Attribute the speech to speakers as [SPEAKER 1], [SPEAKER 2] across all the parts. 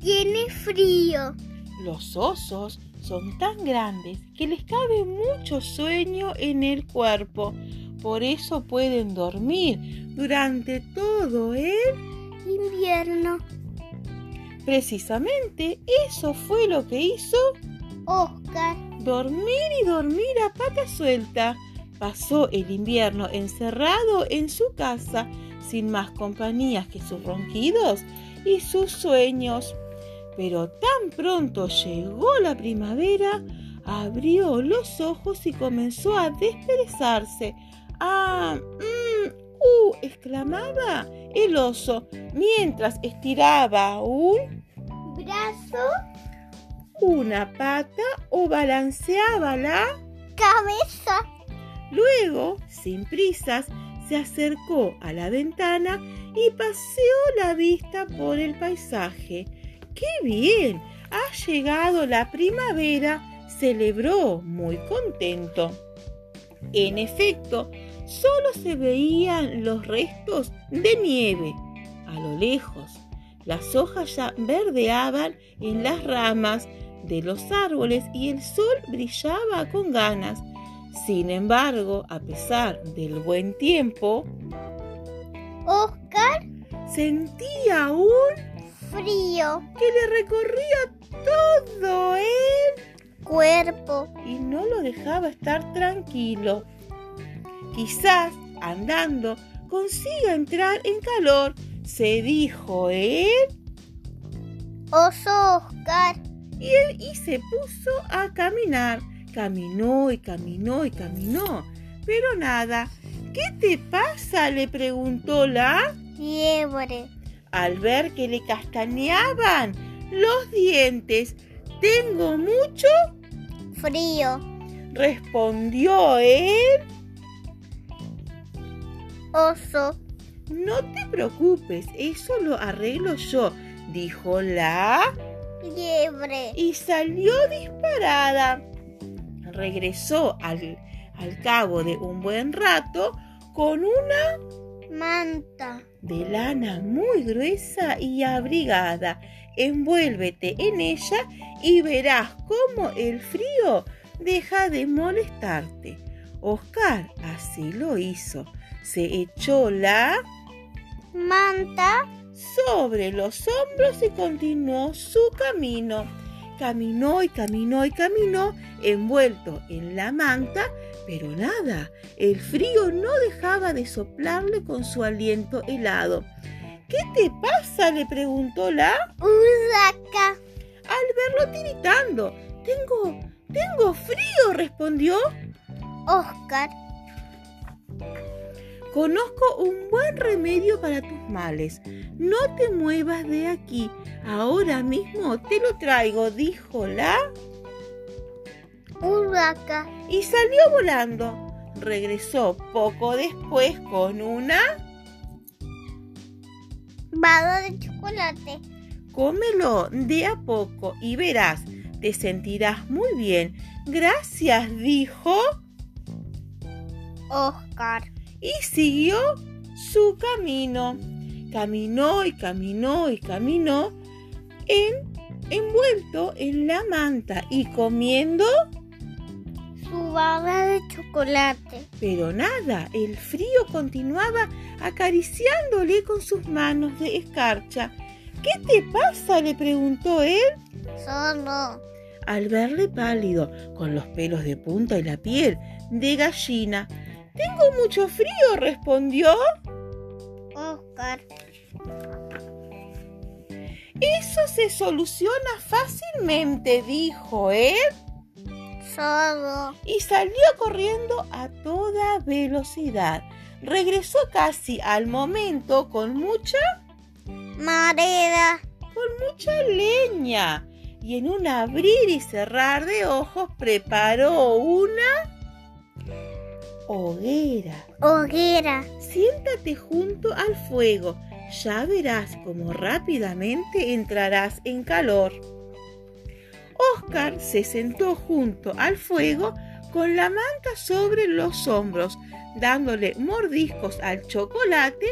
[SPEAKER 1] tiene frío.
[SPEAKER 2] Los osos son tan grandes que les cabe mucho sueño en el cuerpo. Por eso pueden dormir durante todo el
[SPEAKER 1] Invierno.
[SPEAKER 2] Precisamente eso fue lo que hizo
[SPEAKER 1] Oscar.
[SPEAKER 2] dormir y dormir a pata suelta. Pasó el invierno encerrado en su casa, sin más compañías que sus ronquidos y sus sueños. Pero tan pronto llegó la primavera, abrió los ojos y comenzó a desperezarse. ¡Ah! mm, ¡Uh! exclamaba el oso mientras estiraba un
[SPEAKER 1] Brazo,
[SPEAKER 2] una pata o balanceaba la.
[SPEAKER 1] cabeza.
[SPEAKER 2] Luego, sin prisas, se acercó a la ventana y paseó la vista por el paisaje. ¡Qué bien! Ha llegado la primavera, celebró muy contento. En efecto, solo se veían los restos de nieve a lo lejos. Las hojas ya verdeaban en las ramas de los árboles y el sol brillaba con ganas. Sin embargo, a pesar del buen tiempo,
[SPEAKER 1] Oscar,
[SPEAKER 2] sentía aún
[SPEAKER 1] frío.
[SPEAKER 2] que le recorría todo él
[SPEAKER 1] Cuerpo.
[SPEAKER 2] y no lo dejaba estar tranquilo. Quizás andando consiga entrar en calor, se dijo él
[SPEAKER 1] Oso Oscar.
[SPEAKER 2] y, él- y se puso a caminar. Caminó y caminó y caminó, pero nada. ¿Qué te pasa? le preguntó la...
[SPEAKER 1] Liebre.
[SPEAKER 2] al ver que le castañaban los dientes. Tengo mucho,
[SPEAKER 1] Frío.
[SPEAKER 2] respondió él.
[SPEAKER 1] Oso.
[SPEAKER 2] No te preocupes, eso lo arreglo yo, dijo la
[SPEAKER 1] Liebre.
[SPEAKER 2] y salió disparada. Regresó al, al cabo de un buen rato con una
[SPEAKER 1] Manta.
[SPEAKER 2] de lana muy gruesa y abrigada. Envuélvete en ella y verás cómo el frío deja de molestarte. Oscar así lo hizo. Se echó la
[SPEAKER 1] Manta.
[SPEAKER 2] sobre los hombros y continuó su camino. Caminó y caminó y caminó envuelto en la manta, pero nada, el frío no dejaba de soplarle con su aliento helado. ¿Qué te pasa? le preguntó la
[SPEAKER 1] Usaca.
[SPEAKER 2] al verlo tiritando. Tengo, tengo frío, respondió.
[SPEAKER 1] Oscar.
[SPEAKER 2] Conozco un buen remedio para tus males. No te muevas de aquí. Ahora mismo te lo traigo, dijo la
[SPEAKER 1] Urraca.
[SPEAKER 2] y salió volando. Regresó poco después con una...
[SPEAKER 1] Vado de chocolate.
[SPEAKER 2] Cómelo de a poco y verás, te sentirás muy bien. Gracias, dijo
[SPEAKER 1] Oscar.
[SPEAKER 2] y siguió su camino. Caminó y caminó y caminó en- envuelto en la manta y comiendo,
[SPEAKER 1] Su baba de chocolate.
[SPEAKER 2] pero nada, el frío continuaba acariciándole con sus manos de escarcha. ¿Qué te pasa? le preguntó él.
[SPEAKER 1] Solo.
[SPEAKER 2] al verle pálido, con los pelos de punta y la piel de gallina. Tengo mucho frío, respondió.
[SPEAKER 1] Oscar.
[SPEAKER 2] Eso se soluciona fácilmente, dijo él,
[SPEAKER 1] Solo.
[SPEAKER 2] y salió corriendo a toda velocidad. Regresó casi al momento con mucha,
[SPEAKER 1] Marea.
[SPEAKER 2] con mucha leña, y en un abrir y cerrar de ojos preparó una hoguera.
[SPEAKER 1] Hoguera.
[SPEAKER 2] Siéntate junto al fuego. Ya verás cómo rápidamente entrarás en calor. Oscar se sentó junto al fuego con la manta sobre los hombros, dándole mordiscos al chocolate,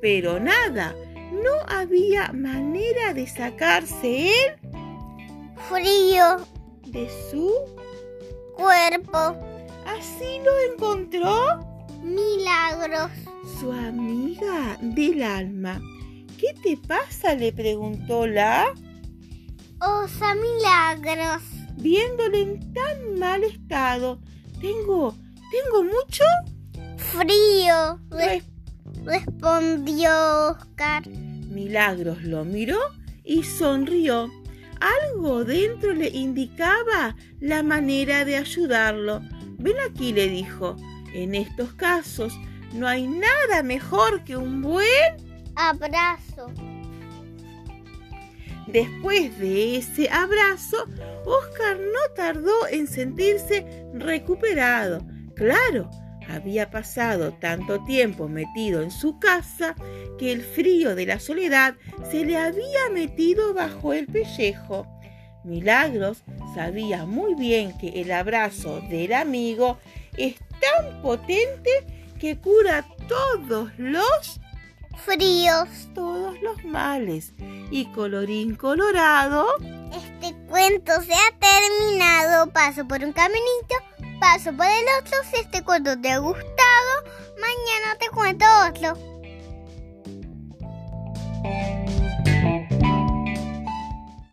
[SPEAKER 2] pero nada, No había manera de sacarse él
[SPEAKER 1] frío,
[SPEAKER 2] de su...
[SPEAKER 1] cuerpo,
[SPEAKER 2] Así lo encontró
[SPEAKER 1] milagros.
[SPEAKER 2] su amiga del alma. ¿Qué te pasa? le preguntó la...
[SPEAKER 1] Osa milagros.
[SPEAKER 2] viéndole en tan mal estado. Tengo, tengo mucho.
[SPEAKER 1] Frío, re-
[SPEAKER 2] Re-
[SPEAKER 1] respondió Oscar.
[SPEAKER 2] Milagros lo miró y sonrió. Algo dentro le indicaba la manera de ayudarlo. Ven aquí, le dijo. En estos casos no hay nada mejor que un buen.
[SPEAKER 1] Abrazo.
[SPEAKER 2] Después de ese abrazo, Oscar no tardó en sentirse recuperado. Claro, había pasado tanto tiempo metido en su casa que el frío de la soledad se le había metido bajo el pellejo. Milagros sabía muy bien que el abrazo del amigo es tan potente que cura todos los
[SPEAKER 1] Fríos.
[SPEAKER 2] todos los males. Y colorín colorado,
[SPEAKER 1] Este cuento se ha terminado. Paso por un caminito, paso por el otro. Si este cuento te ha gustado, mañana te cuento otro.